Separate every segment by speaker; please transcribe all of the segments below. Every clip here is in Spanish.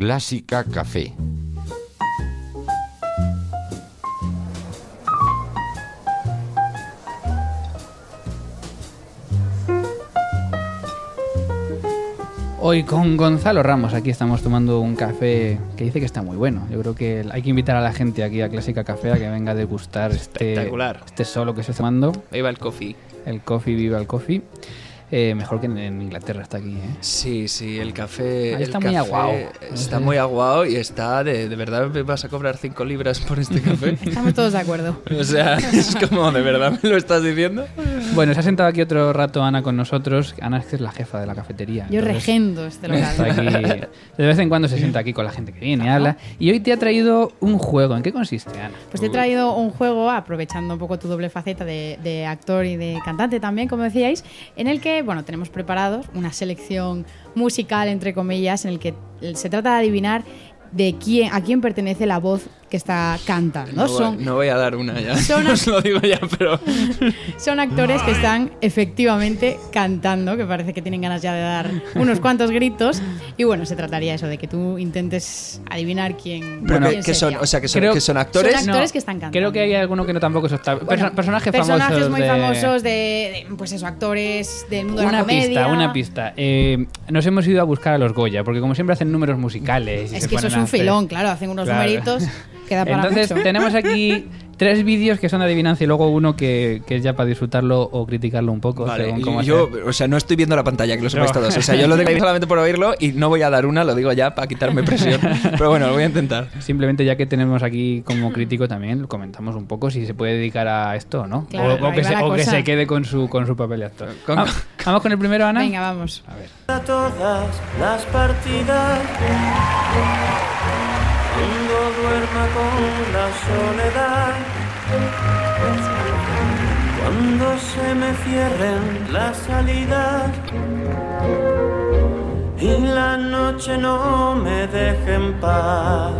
Speaker 1: Clásica Café.
Speaker 2: Hoy con Gonzalo Ramos, aquí estamos tomando un café que dice que está muy bueno. Yo creo que hay que invitar a la gente aquí a Clásica Café a que venga a degustar este,
Speaker 3: Espectacular.
Speaker 2: este solo que se está tomando,
Speaker 3: Viva el coffee.
Speaker 2: el coffee, viva el coffee. Eh, mejor que en, en Inglaterra está aquí, ¿eh?
Speaker 3: Sí, sí, el café.
Speaker 2: Ahí
Speaker 3: el
Speaker 2: está muy
Speaker 3: café
Speaker 2: aguao.
Speaker 3: Está muy aguao y está de, de verdad me vas a cobrar 5 libras por este café.
Speaker 4: Estamos todos de acuerdo.
Speaker 3: o sea, es como, ¿de verdad me lo estás diciendo?
Speaker 2: Bueno, se ha sentado aquí otro rato Ana con nosotros. Ana es que es la jefa de la cafetería.
Speaker 4: Yo
Speaker 2: entonces-
Speaker 4: regendo este
Speaker 2: Está
Speaker 4: local.
Speaker 2: aquí- De vez en cuando se sienta aquí con la gente que viene, habla. Y hoy te ha traído un juego. ¿En qué consiste, Ana?
Speaker 4: Pues te he traído un juego, aprovechando un poco tu doble faceta de, de actor y de cantante también, como decíais, en el que, bueno, tenemos preparados una selección musical, entre comillas, en el que se trata de adivinar de quién, a quién pertenece la voz que está cantando.
Speaker 3: No, voy-
Speaker 4: Son
Speaker 3: no voy a dar una ya.
Speaker 4: son-
Speaker 3: Os lo digo ya, pero.
Speaker 4: Son actores que están efectivamente cantando, que parece que tienen ganas ya de dar unos cuantos gritos. Y bueno, se trataría eso, de que tú intentes adivinar quién.
Speaker 3: Pero
Speaker 4: quién
Speaker 3: ¿qué, qué son?
Speaker 4: sería.
Speaker 3: O sea, que son,
Speaker 2: Creo-
Speaker 3: que son actores.
Speaker 4: Son actores que están cantando.
Speaker 2: Creo que hay alguno que no tampoco es octavo.
Speaker 4: Bueno,
Speaker 2: Perso- personajes, famosos.
Speaker 4: muy
Speaker 2: de-
Speaker 4: famosos de, de, pues eso, actores del mundo de la
Speaker 2: Una
Speaker 4: comedia.
Speaker 2: pista, una pista. Eh, nos hemos ido a buscar a los Goya, porque como siempre hacen números musicales. y
Speaker 4: Es
Speaker 2: se
Speaker 4: que
Speaker 2: ponen
Speaker 4: eso es
Speaker 2: a
Speaker 4: un
Speaker 2: hacer-
Speaker 4: filón, claro, hacen unos
Speaker 2: Claro.
Speaker 4: numeritos que da para
Speaker 2: Entonces,
Speaker 4: mucho.
Speaker 2: tenemos aquí tres vídeos que son de adivinanza y luego uno que, que es ya para disfrutarlo o criticarlo un poco.
Speaker 3: Vale,
Speaker 2: según cómo
Speaker 3: yo,
Speaker 2: sea.
Speaker 3: o sea, no estoy viendo la pantalla, que lo sepáis
Speaker 2: No.
Speaker 3: todos. O sea, yo lo tengo ahí solamente por oírlo y no voy a dar una, lo digo ya para quitarme presión. Pero bueno, lo voy a intentar.
Speaker 2: Simplemente ya que tenemos aquí como crítico también, lo comentamos un poco si se puede dedicar a esto o no.
Speaker 4: Claro,
Speaker 2: o, o
Speaker 4: ahí
Speaker 2: que
Speaker 4: va
Speaker 2: se,
Speaker 4: la
Speaker 2: o que
Speaker 4: cosa.
Speaker 2: se quede con su, con su papel de actor.
Speaker 3: Con-
Speaker 2: Vamos, vamos con el primero, Ana.
Speaker 4: Venga, vamos.
Speaker 2: A ver.
Speaker 5: a todas las partidas. Cuando duerma con la soledad. Cuando se me cierren las salidas. Y la noche no me deje en paz.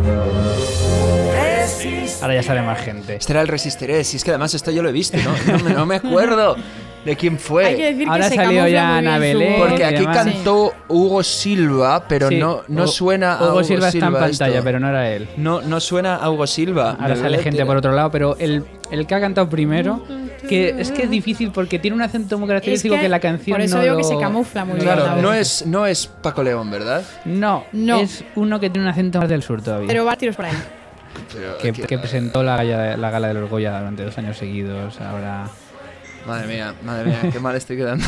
Speaker 2: Ahora ya sale más gente.
Speaker 3: Este era el Resistiré. Si es que además esto yo lo he visto, ¿no? No, me- no me acuerdo de quién fue.
Speaker 4: Hay que decir
Speaker 2: Ahora
Speaker 4: que se
Speaker 2: salió
Speaker 4: camufla
Speaker 2: ya
Speaker 4: muy bien
Speaker 2: Ana
Speaker 4: su
Speaker 2: Belén.
Speaker 4: voz.
Speaker 3: Porque
Speaker 2: Eh, y
Speaker 3: aquí
Speaker 2: demás.
Speaker 3: cantó Hugo Silva, pero
Speaker 2: Sí,
Speaker 3: no, no
Speaker 2: Hugo-
Speaker 3: suena a
Speaker 2: Hugo, Silva está en
Speaker 3: esto.
Speaker 2: pantalla, pero no era él.
Speaker 3: no... No suena a Hugo Silva.
Speaker 2: Ahora sale gente por otro lado, pero el, el que ha cantado primero, que es que es difícil porque tiene un acento muy característico que, la canción
Speaker 4: Por eso
Speaker 2: no
Speaker 4: digo
Speaker 2: lo-
Speaker 4: que se camufla muy bien. la
Speaker 3: Claro,
Speaker 4: voz.
Speaker 3: no es, no es Paco León, ¿verdad?
Speaker 2: No,
Speaker 4: No.
Speaker 2: es uno que tiene un acento más del sur todavía.
Speaker 4: Pero va tiros por ahí.
Speaker 3: Pero-
Speaker 2: que, que presentó la, gala- la gala del orgullo durante dos años seguidos. Ahora.
Speaker 3: Madre mía, madre mía, qué mal estoy quedando.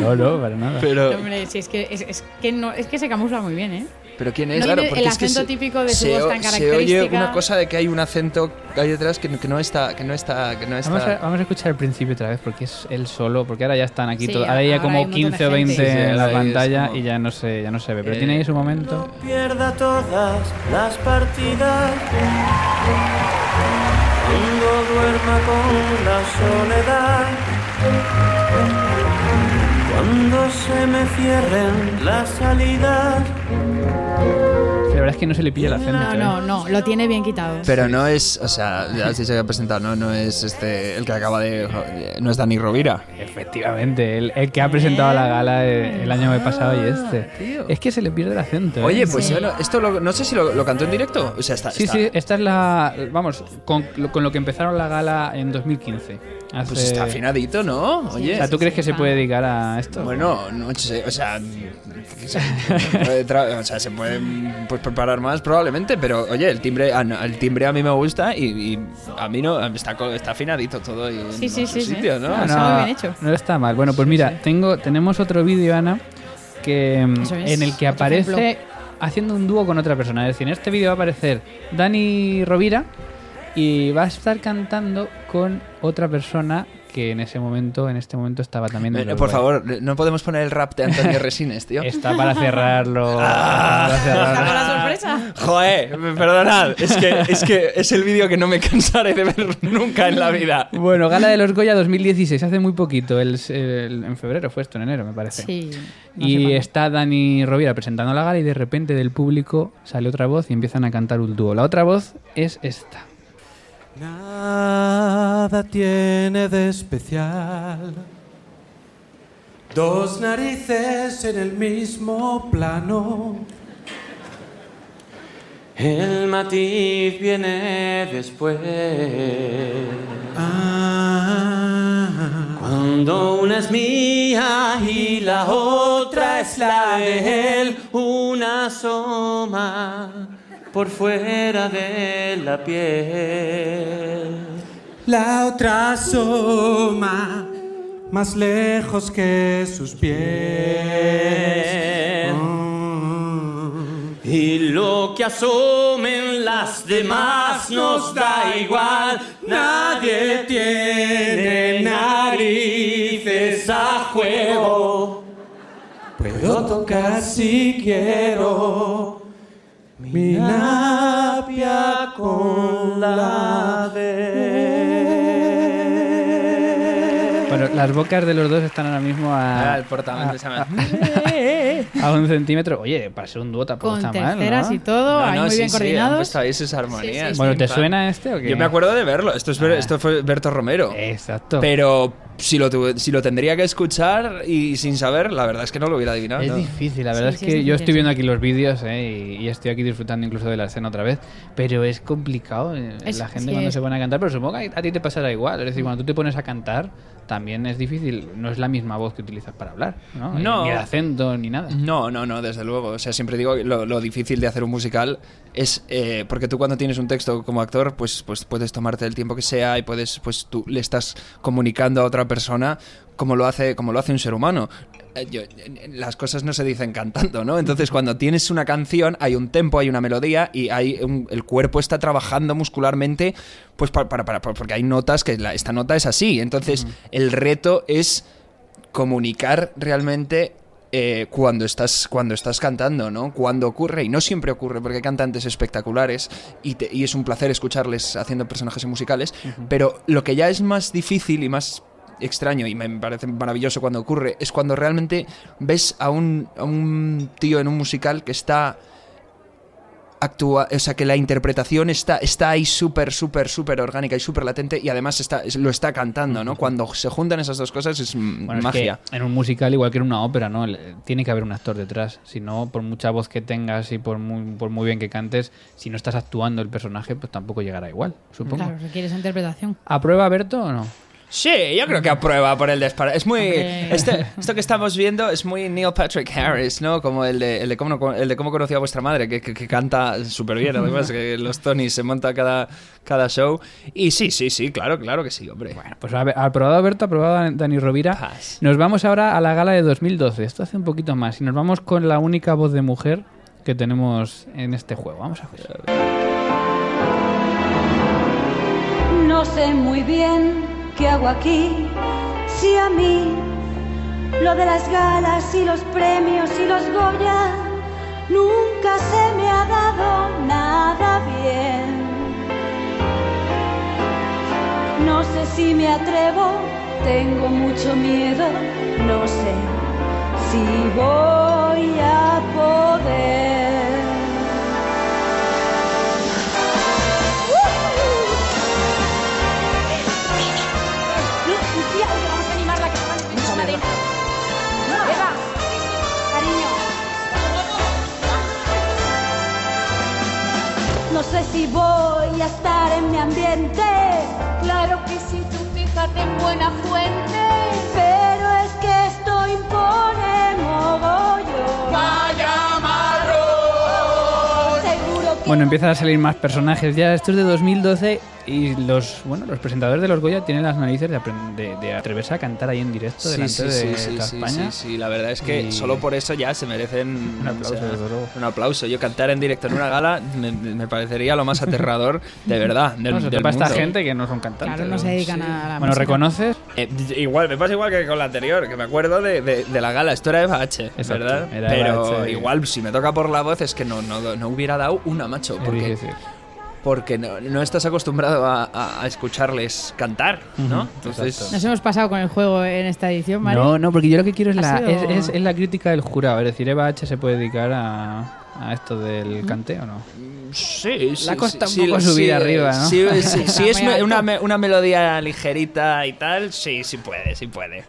Speaker 2: No, no, para nada.
Speaker 3: Pero,
Speaker 4: Hombre, sí, es que, es, es que no, es que se camufla muy bien, ¿eh?
Speaker 3: pero ¿quién
Speaker 4: No
Speaker 3: es? Claro,
Speaker 4: tiene
Speaker 3: porque
Speaker 4: el
Speaker 3: es que
Speaker 4: acento
Speaker 3: se-
Speaker 4: típico de su
Speaker 3: se
Speaker 4: voz
Speaker 3: o-
Speaker 4: tan
Speaker 3: Se oye
Speaker 4: característica.
Speaker 3: una cosa de que hay un acento que hay detrás que, que no está, que no está, que no está.
Speaker 2: Vamos a, vamos a escuchar el principio otra vez porque es él solo, porque ahora ya están aquí,
Speaker 4: Sí,
Speaker 2: todo- ahora ya
Speaker 4: ahora hay
Speaker 2: como
Speaker 4: un montón de
Speaker 2: 15 o 20
Speaker 4: gente.
Speaker 3: Sí, sí,
Speaker 2: en la
Speaker 3: ahora es
Speaker 2: pantalla
Speaker 3: como-
Speaker 2: y ya no se, ya no se ve, pero
Speaker 3: Eh,
Speaker 2: tiene ahí su momento.
Speaker 5: Pierda todas las partidas. Cuando duerma con la soledad. Cuando se me cierren las salidas.
Speaker 2: La verdad es que no se le pilla el acento.
Speaker 4: No, no,
Speaker 2: ¿eh?
Speaker 4: no, lo tiene bien quitado.
Speaker 3: Pero no es, o sea, ya se ha presentado, no, no es este, el que acaba de, no es Dani Rovira.
Speaker 2: Efectivamente, el, el que ha presentado la gala eh, el año pasado y este. Es que se le pierde el acento. ¿eh?
Speaker 3: Oye, pues
Speaker 4: Sí.
Speaker 3: bueno, esto lo- no sé si lo, lo cantó en directo. O sea, está.
Speaker 2: Sí,
Speaker 3: está-
Speaker 2: sí, esta es la. Vamos, con lo, con lo que empezaron la gala en 2015. Hace-
Speaker 3: Pues está afinadito, ¿no? Oye.
Speaker 2: O sea, ¿tú crees que se puede dedicar a esto?
Speaker 3: Bueno, no sé, o sea, que se- puede tra- o sea, se pueden pues, preparar más probablemente, pero oye, el timbre, ah, no, el timbre a mí me gusta y, y a mí no, está, co- está afinadito todo y en
Speaker 4: Sí, sí,
Speaker 3: su
Speaker 4: sí, sí.
Speaker 3: sitio, ¿no?
Speaker 4: Ah,
Speaker 3: O sea,
Speaker 4: está muy bien hecho.
Speaker 2: No está mal. Bueno, pues mira, tengo tenemos otro vídeo, Ana, que, mm,
Speaker 4: Eso es,
Speaker 2: en el que
Speaker 4: otro
Speaker 2: aparece
Speaker 4: ejemplo.
Speaker 2: haciendo un dúo con otra persona. Es decir, en este vídeo va a aparecer Dani Rovira y va a estar cantando con otra persona que en ese momento, en este momento estaba también. en
Speaker 3: eh,
Speaker 2: los
Speaker 3: por
Speaker 2: Goya.
Speaker 3: favor, no podemos poner el rap de Antonio Resines, tío.
Speaker 2: Está para cerrarlo. para cerrarlo.
Speaker 4: Daba la sorpresa.
Speaker 3: Joder, perdonad, es que, es que es el vídeo que no me cansaré de ver nunca en la vida.
Speaker 2: Bueno, Gala de los Goya 2016, hace muy poquito, el, el- en febrero fue esto, en enero me parece.
Speaker 4: Sí. no sé
Speaker 2: Y
Speaker 4: cuándo.
Speaker 2: está Dani Rovira presentando la gala y de repente del público sale otra voz y empiezan a cantar un dúo. La otra voz es esta.
Speaker 5: Nada tiene de especial. Dos narices en el mismo plano. El matiz viene después.
Speaker 1: Ah.
Speaker 5: Cuando una es mía y la otra es la de él, una asoma por fuera de la piel.
Speaker 1: La otra asoma más lejos que sus Oh. pies.
Speaker 5: Y lo que asomen las demás nos da igual, nadie tiene narices a juego.
Speaker 1: Puedo tocar si quiero mi napia con la de.
Speaker 2: Bueno, las bocas de los dos están ahora mismo a,
Speaker 3: Ah, el portamento se llama.
Speaker 2: a un centímetro. Oye, para ser un dúo tampoco
Speaker 4: Con
Speaker 2: está mal,
Speaker 4: terceras
Speaker 2: ¿no?
Speaker 4: y todo,
Speaker 3: No,
Speaker 4: ahí
Speaker 3: no,
Speaker 4: muy
Speaker 3: sí,
Speaker 4: bien
Speaker 3: sí, han
Speaker 4: coordinados.
Speaker 3: puesto ahí sus armonías.
Speaker 4: Sí, sí, sí.
Speaker 2: Bueno, ¿te
Speaker 3: Pim, pam.
Speaker 2: suena este o qué?
Speaker 3: Yo me acuerdo de verlo. Esto, es, Ber- esto fue Berto Romero.
Speaker 2: Exacto.
Speaker 3: Pero si lo, tuve- si lo tendría que escuchar y sin saber, la verdad es que no lo hubiera adivinado.
Speaker 2: Es
Speaker 3: ¿no?
Speaker 2: difícil, la verdad
Speaker 4: Sí, sí,
Speaker 2: es que
Speaker 4: es
Speaker 2: yo estoy
Speaker 4: difícil.
Speaker 2: viendo aquí los vídeos eh, y, y estoy aquí disfrutando incluso de la escena otra vez, pero es complicado eh,
Speaker 4: Es-
Speaker 2: la gente
Speaker 4: sí,
Speaker 2: cuando
Speaker 4: es.
Speaker 2: se pone a cantar, pero supongo que a ti te pasará igual, es decir, cuando tú te pones a cantar también es difícil, no es la misma voz que utilizas para hablar, ¿no?
Speaker 3: No. Mm,
Speaker 2: Ni el acento ni nada.
Speaker 3: No, no, no, desde luego. O sea, siempre digo que lo, lo difícil de hacer un musical es eh, porque tú cuando tienes un texto como actor, pues, pues puedes tomarte el tiempo que sea y puedes, pues tú le estás comunicando a otra persona como lo hace, como lo hace un ser humano. Eh, yo- eh, las cosas no se dicen cantando, ¿no? Entonces, cuando tienes una canción, hay un tempo, hay una melodía y hay un- el cuerpo está trabajando muscularmente, pues para, para, para- porque hay notas que la- esta nota es así. Entonces, el reto es comunicar realmente eh, cuando, estás, cuando estás cantando, ¿no? Cuando ocurre, y no siempre ocurre, porque hay cantantes espectaculares y, te- y es un placer escucharles haciendo personajes en musicales, pero lo que ya es más difícil y más extraño y me parece maravilloso cuando ocurre es cuando realmente ves a un, a un tío en un musical que está actúa, o sea, que la interpretación está, está ahí súper, súper, súper orgánica y súper latente y además está, es- lo está cantando, ¿no? Cuando se juntan esas dos cosas es mm,
Speaker 2: Bueno, es
Speaker 3: magia.
Speaker 2: que en un musical, igual que en una ópera, ¿no? Le- Tiene que haber un actor detrás. Si no, por mucha voz que tengas y por muy, por muy bien que cantes, si no estás actuando el personaje, pues tampoco llegará igual, supongo.
Speaker 4: Claro, requiere esa interpretación.
Speaker 2: ¿Aprueba Berto o no?
Speaker 3: Sí, yo creo que aprueba por el disparo. Es muy.
Speaker 4: Hombre.
Speaker 3: este- esto que estamos viendo es muy Neil Patrick Harris, ¿no? Como el de, el de, cómo, no- el de cómo conocí a vuestra madre, que, que- que canta súper bien, además, que los Tonys se monta cada, cada show. Y sí, sí, sí, claro, claro que sí, hombre.
Speaker 2: Bueno, pues a ver, aprobado Berto, aprobado Dan- Dani Rovira.
Speaker 3: Pas.
Speaker 2: Nos vamos ahora a la gala de 2012. Esto hace un poquito más. Y nos vamos con la única voz de mujer que tenemos en este juego. Vamos a ver.
Speaker 6: No sé muy bien qué hago aquí, si a mí lo de las galas y los premios y los Goya nunca se me ha dado nada bien. No sé si me atrevo, tengo mucho miedo, no sé si voy a poder.
Speaker 7: Vamos a animarla que se va a despedir su madre. Eva,
Speaker 6: No sé si voy a estar en mi ambiente,
Speaker 7: Claro que si tú fíjate en buena fuente.
Speaker 6: pero es que esto impone mogollón. Seguro que
Speaker 2: Bueno,
Speaker 6: no-
Speaker 2: empiezan a salir más personajes ya. Esto es de 2012 y los bueno los presentadores de los Goya tienen las narices de, apren- de- de atreverse a cantar ahí en directo
Speaker 3: Sí,
Speaker 2: delante
Speaker 3: sí,
Speaker 2: de
Speaker 3: sí,
Speaker 2: toda
Speaker 3: sí, sí, sí,
Speaker 2: España.
Speaker 3: sí, la verdad es que
Speaker 2: Y-
Speaker 3: solo por eso ya se merecen
Speaker 2: Un aplauso, desde luego.
Speaker 3: un aplauso. Yo cantar en directo en una gala me, me parecería lo más aterrador, de verdad, del,
Speaker 2: No, se
Speaker 3: del
Speaker 2: topa esta
Speaker 3: mundo.
Speaker 2: gente que no son cantantes.
Speaker 4: Claro, no se dedican a la
Speaker 2: Bueno,
Speaker 4: música.
Speaker 2: ¿reconoces?
Speaker 3: Eh, igual, me pasa igual que con la anterior, que me acuerdo de, de- de la gala. Esto era Eva H,
Speaker 2: Exacto,
Speaker 3: ¿verdad?
Speaker 2: era
Speaker 3: Pero
Speaker 2: Eva H.
Speaker 3: igual, si me toca por la voz, es que no, no, no hubiera dado una macho.
Speaker 2: Es
Speaker 3: Porque,
Speaker 2: difícil.
Speaker 3: porque no, no estás acostumbrado a, a- a escucharles cantar, ¿no?
Speaker 2: Ujú,
Speaker 3: Entonces.
Speaker 2: exacto.
Speaker 4: Nos hemos pasado con el juego en esta edición, ¿vale?
Speaker 2: No, no, porque yo lo que quiero es
Speaker 4: Ha
Speaker 2: la,
Speaker 4: sido-
Speaker 2: es, es- es la crítica del jurado. Es decir, Eva H se puede dedicar a, a esto del canteo, ¿no?
Speaker 3: Sí, sí.
Speaker 2: La costa
Speaker 3: sí,
Speaker 2: un poco
Speaker 3: sí,
Speaker 2: subida
Speaker 3: sí,
Speaker 2: arriba, ¿no?
Speaker 3: Sí, sí, sí,
Speaker 4: Está
Speaker 3: es
Speaker 4: muy alto.
Speaker 3: una, me- una melodía ligerita y tal, sí, sí puede, sí puede.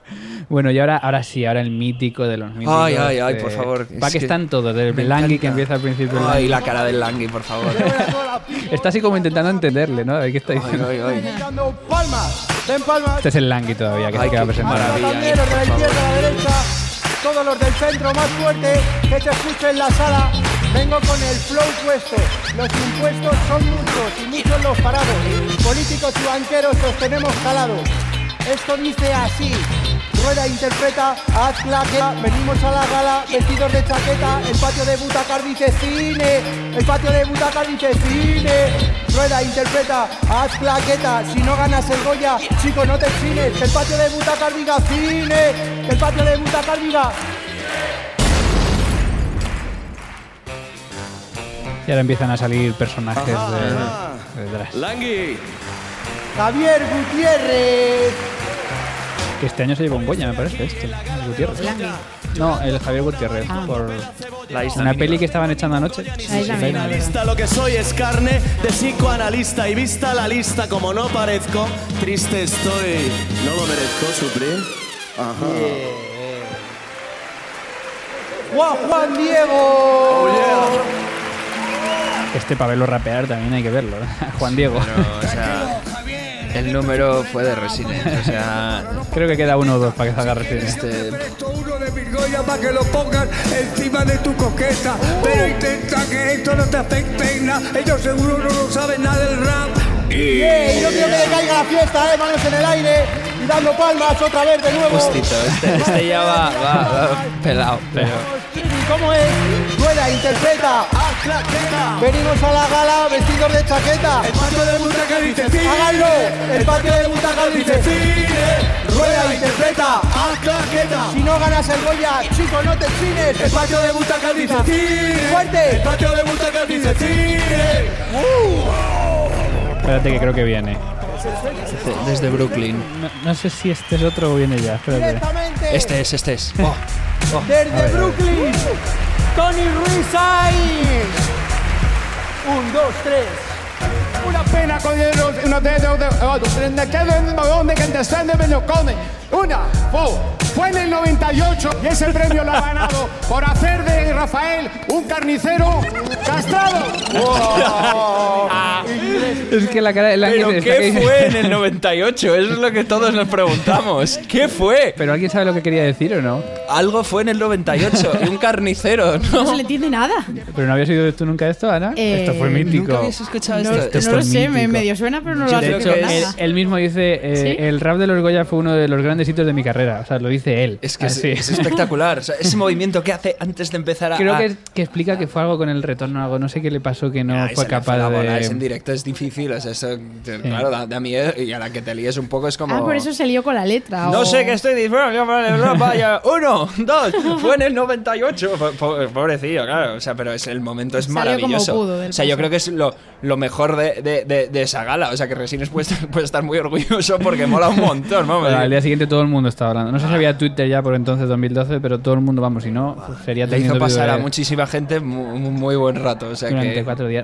Speaker 2: Bueno, y ahora, ahora sí, ahora el mítico de los míticos.
Speaker 3: Ay, ay, ay,
Speaker 2: de-
Speaker 3: por favor,
Speaker 2: Va
Speaker 3: es
Speaker 2: que
Speaker 3: que
Speaker 2: están todos, del
Speaker 3: me
Speaker 2: Langui
Speaker 3: encanta.
Speaker 2: que empieza al principio. el
Speaker 3: Ay,
Speaker 2: Langui.
Speaker 3: la cara del Langui, por favor.
Speaker 2: Está así como intentando entenderle, ¿no? A ver qué está
Speaker 3: Ay,
Speaker 2: diciendo.
Speaker 3: ay, ay.
Speaker 8: Palmas, ten palmas.
Speaker 2: Este es el Langui todavía, que
Speaker 3: Ay,
Speaker 2: se queda
Speaker 3: qué
Speaker 2: presentado.
Speaker 3: maravilla.
Speaker 8: También los de la izquierda, la derecha, todos los del centro más fuerte, que te escucho en la sala. Vengo con el flow puesto. Los impuestos son muchos y muchos los parados. Políticos y banqueros los tenemos calados. Esto dice así. Rueda interpreta, haz claqueta, venimos a la gala, vestidos de chaqueta, el patio de Butacar dice cine, el patio de Butacar dice cine, rueda interpreta, haz claqueta, si no ganas el Goya, chico no te chines, que el patio de Butacar diga cine, que el patio de Butacar diga
Speaker 2: Y ahora empiezan a salir personajes de, de detrás.
Speaker 5: Langui,
Speaker 8: Javier Gutiérrez.
Speaker 2: Que este año se llevó un Goya, me parece, este. el Gutiérrez. No, el Javier Gutiérrez.
Speaker 4: Ah.
Speaker 2: Por una peli que estaban echando anoche.
Speaker 4: Ahí la mira,
Speaker 2: Ahí
Speaker 4: ¿verdad?
Speaker 9: Vista lo que soy es carne de psicoanalista y vista la lista como no parezco, triste estoy. No lo merezco, suplir.
Speaker 8: Juan Juan Diego.
Speaker 2: Este para verlo rapear también hay que verlo. ¿eh? Juan Diego.
Speaker 3: Pero, o sea, el número fue de Resident, o sea,
Speaker 2: Creo que queda uno o dos para que salga recién.
Speaker 3: este,
Speaker 1: Esto uno de Virgoya para que lo pongan encima de tu coqueta. Pero intenta que esto no te afecte en nada. Ellos seguro no lo saben nada del rap.
Speaker 8: Bien, yo quiero que le caiga la fiesta, eh, manos en el aire y dando palmas otra vez de nuevo.
Speaker 3: justito, este, este ya va, va, va pelado, pero...
Speaker 8: ¿Cómo es? Rueda, interpreta. Venimos a la gala vestidos de chaqueta.
Speaker 1: Patio de butaca dice sí.
Speaker 8: Háganlo. El patio de Butacar dice.
Speaker 1: e
Speaker 8: Rueda, interpreta. Si no ganas el Goya, chico, no te chines. El patio de Butacar dice. Fuerte.
Speaker 1: patio de butaca dice sí.
Speaker 2: Espérate que creo que viene.
Speaker 3: de- Desde Brooklyn.
Speaker 2: No, no sé si este es otro o viene ya. Espérate.
Speaker 8: Directamente.
Speaker 3: Este es, este es. Oh, oh.
Speaker 8: Desde Brooklyn. Tony Ruiz Sainz. Un, dos, tres.
Speaker 1: Una pena con ellos, una de de de donde que te están de Benocone. Una, oh, fue en el 98 y ese premio lo ha ganado por hacer de Rafael un carnicero castrado.
Speaker 2: Es que la cara del ángel
Speaker 3: ¿Pero
Speaker 2: está
Speaker 3: qué
Speaker 2: que-
Speaker 3: fue en el 98? Eso es lo que todos nos preguntamos. ¿Qué fue?
Speaker 2: Pero alguien sabe lo que quería decir o no.
Speaker 3: Algo fue en el 98. y un carnicero,
Speaker 4: No se
Speaker 3: ¿no?
Speaker 4: le entiende nada.
Speaker 2: Pero no habías oído tú nunca esto, Ana.
Speaker 4: Eh,
Speaker 2: esto fue
Speaker 4: nunca
Speaker 2: mítico.
Speaker 3: escuchado
Speaker 4: No, no lo sé, me medio suena, pero no lo
Speaker 3: Yo
Speaker 4: hace
Speaker 3: creo
Speaker 4: con
Speaker 3: que
Speaker 2: Él,
Speaker 4: nada.
Speaker 2: él mismo dice, eh,
Speaker 4: ¿Sí?
Speaker 2: el rap de los Goya fue uno de los grandes hitos de mi carrera. O sea, lo dice él.
Speaker 3: Es que es,
Speaker 2: Así.
Speaker 3: es Ah. espectacular. O sea, ese movimiento que hace antes de empezar a.
Speaker 2: Creo
Speaker 3: a-
Speaker 2: que, que explica que fue algo con el retorno, algo no sé qué le pasó que no
Speaker 3: Ah,
Speaker 2: fue
Speaker 3: se le
Speaker 2: capaz
Speaker 3: la bola,
Speaker 2: de...
Speaker 3: Es en directo, es difícil. o sea, eso, te- claro, da, da miedo. Y a la que te líes un poco es como.
Speaker 4: Ah, por eso se lió con la letra.
Speaker 3: No
Speaker 4: o-
Speaker 3: sé qué estoy diciendo, vaya, uno, dos, fue en el 98, po- po- pobrecillo, claro, o sea, pero es, el momento es
Speaker 4: Salió como
Speaker 3: maravilloso.
Speaker 4: pudo del
Speaker 3: o sea, yo
Speaker 4: paso.
Speaker 3: creo que es lo, lo mejor de, de- de- de esa gala, o sea, que Resines puede estar, puede estar muy orgulloso porque mola un montón, vamos.
Speaker 2: Bueno, al día siguiente todo el mundo estaba hablando. No sé si había Twitter ya por entonces, 2012, pero todo el mundo, vamos, si no, pues, sería
Speaker 3: Le hizo
Speaker 2: teniendo
Speaker 3: pasar a
Speaker 2: vivo eh,
Speaker 3: muchísima gente mu- un muy, buen rato, o sea
Speaker 2: durante
Speaker 3: que...
Speaker 2: cuatro días.